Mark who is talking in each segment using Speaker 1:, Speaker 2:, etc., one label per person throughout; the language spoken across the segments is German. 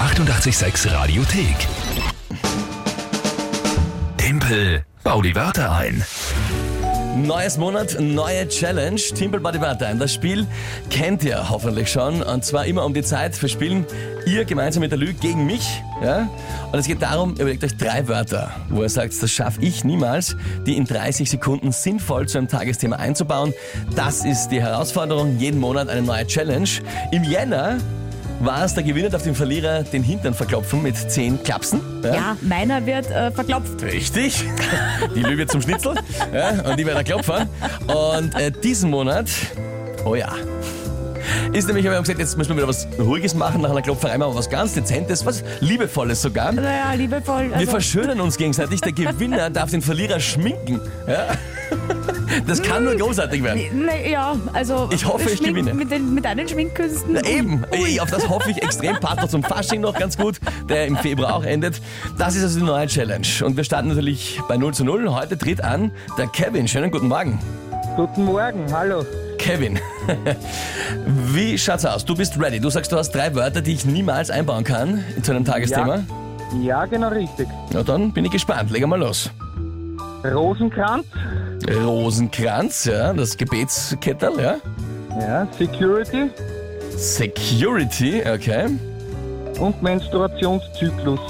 Speaker 1: 886 Radiothek. Tempel, bau die Wörter ein.
Speaker 2: Neues Monat, neue Challenge. Timpel Body Time. Das Spiel kennt ihr hoffentlich schon. Und zwar immer um die Zeit. Wir spielen ihr gemeinsam mit der Lü gegen mich. Ja? Und es geht darum, überlegt euch drei Wörter, wo ihr sagt, das schaffe ich niemals, die in 30 Sekunden sinnvoll zu einem Tagesthema einzubauen. Das ist die Herausforderung. Jeden Monat eine neue Challenge. Im Jänner war es der Gewinner darf dem Verlierer den Hintern verklopfen mit 10 Klapsen.
Speaker 3: Ja, meiner wird äh, verklopft.
Speaker 2: Richtig. Die Lübe zum Schnitzel. Ja, und die werden klopfen. Und äh, diesen Monat, oh ja, ist nämlich, wir haben gesagt, jetzt müssen wir wieder was Ruhiges machen. Nach einer Klopferei machen wir was ganz Dezentes, was Liebevolles sogar.
Speaker 3: Naja, liebevoll.
Speaker 2: Wir
Speaker 3: Also,
Speaker 2: verschönern uns gegenseitig. Der Gewinner darf den Verlierer schminken. Ja? Das kann nur großartig werden.
Speaker 3: na, ja, also
Speaker 2: Ich hoffe, ich
Speaker 3: Schmink-
Speaker 2: gewinne.
Speaker 3: Mit, den, mit deinen Schminkkünsten.
Speaker 2: Na eben, Ey, auf das hoffe ich extrem. Partner zum Fasching noch ganz gut, der im Februar auch endet. Das ist also die neue Challenge. Und wir starten natürlich bei 0 zu 0. Heute tritt an der Kevin. Schönen guten Morgen.
Speaker 4: Guten Morgen, hallo.
Speaker 2: Kevin, wie schaut's aus? Du bist ready. Du sagst, du hast drei Wörter, die ich niemals einbauen kann zu einem Tagesthema.
Speaker 4: Ja. Ja, genau richtig.
Speaker 2: Na dann bin ich gespannt. Leg mal los.
Speaker 4: Rosenkranz,
Speaker 2: Rosenkranz, ja, das Gebetsketterl, ja.
Speaker 4: ja, Security
Speaker 2: Security, okay.
Speaker 4: und Menstruationszyklus.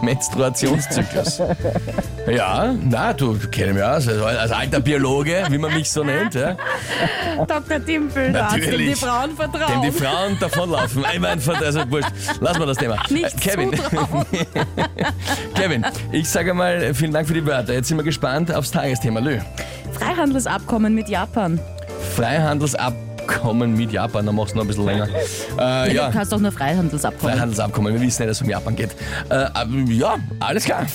Speaker 2: Menstruationszyklus. ja, na, du kennst mich aus. Also Als alter Biologe, wie man mich so nennt, ja.
Speaker 3: Dr. Timpel, da hast du
Speaker 2: Natürlich.
Speaker 3: die Frauen
Speaker 2: Dem
Speaker 3: vertraut.
Speaker 2: die Frauen davonlaufen. Ich mein, also wurscht. Lass mal das Thema.
Speaker 3: Nicht
Speaker 2: Äh, Kevin,
Speaker 3: zutrauen.
Speaker 2: Kevin, ich sage mal, vielen Dank für die Wörter. Jetzt sind wir gespannt aufs Tagesthema. Lö.
Speaker 3: Freihandelsabkommen mit Japan.
Speaker 2: Freihandelsabkommen mit Japan, dann machst du noch ein bisschen länger. Äh,
Speaker 3: Ja.
Speaker 2: ja,
Speaker 3: Du kannst doch nur Freihandelsabkommen.
Speaker 2: Freihandelsabkommen, wir wissen ja, dass es um Japan geht. Äh, aber ja, alles klar.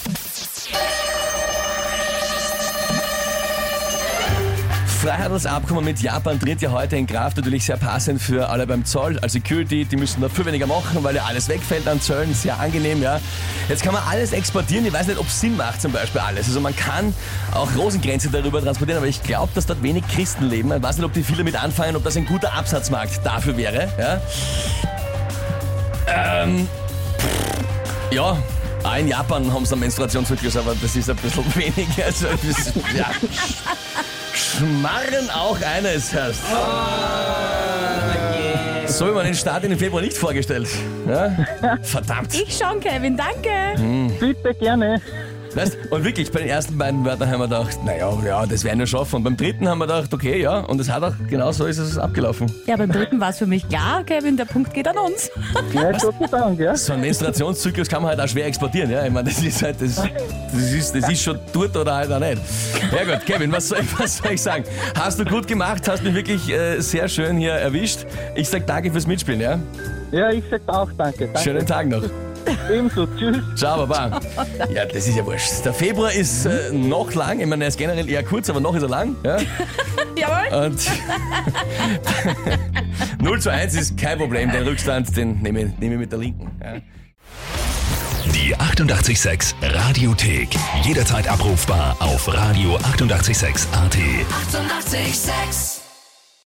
Speaker 2: Freihandelsabkommen mit Japan tritt ja heute in Kraft, natürlich sehr passend für alle beim Zoll, also Security, die müssen dafür weniger machen, weil ja alles wegfällt an Zöllen, sehr angenehm, ja. Jetzt kann man alles exportieren, ich weiß nicht, ob es Sinn macht zum Beispiel alles. Also man kann auch Rosenkränze darüber transportieren, aber ich glaube, dass dort wenig Christen leben. Ich weiß nicht, ob die viele mit anfangen, ob das ein guter Absatzmarkt dafür wäre, ja. Ja, auch in Japan haben sie einen Menstruationszyklus, aber das ist ein bisschen weniger. Also, das ist, ja. Sch- Schmarren auch eines, heißt. So wie man den Start in den Februar nicht vorgestellt. Ja? Verdammt.
Speaker 3: Ich schon, Kevin, danke.
Speaker 2: Hm.
Speaker 4: Bitte gerne.
Speaker 2: Weißt, und wirklich, bei den ersten beiden Wörtern haben wir gedacht, naja, ja, das werden wir schaffen. Und beim dritten haben wir gedacht, okay, ja, und es hat auch, genau so ist es abgelaufen.
Speaker 3: Ja, beim dritten war es für mich klar, Kevin, der Punkt geht an uns.
Speaker 4: Ja, Gott sei Dank, ja.
Speaker 2: So einen Menstruationszyklus kann man halt auch schwer exportieren, ja. Ich meine, das ist halt, das, das, ist, das ist schon dort oder halt auch nicht. Ja gut, Kevin, was soll, ich, was soll ich sagen? Hast du gut gemacht, hast mich wirklich äh, sehr schön hier erwischt. Ich sag danke fürs Mitspielen, ja.
Speaker 4: Ja, ich sag auch danke. danke.
Speaker 2: Schönen Tag noch.
Speaker 4: Ebenso, tschüss.
Speaker 2: Ciao, Baba. Ja, das ist ja wurscht. Der Februar ist äh, noch lang. Ich meine, er ist generell eher kurz, aber noch ist er lang. Ja?
Speaker 3: Jawohl.
Speaker 2: Und 0 zu 1 ist kein Problem. Den Rückstand, den nehme ich, nehme ich mit der Linken. Ja.
Speaker 1: Die 886 Radiothek. Jederzeit abrufbar auf radio886.at. 886! 886.
Speaker 5: 886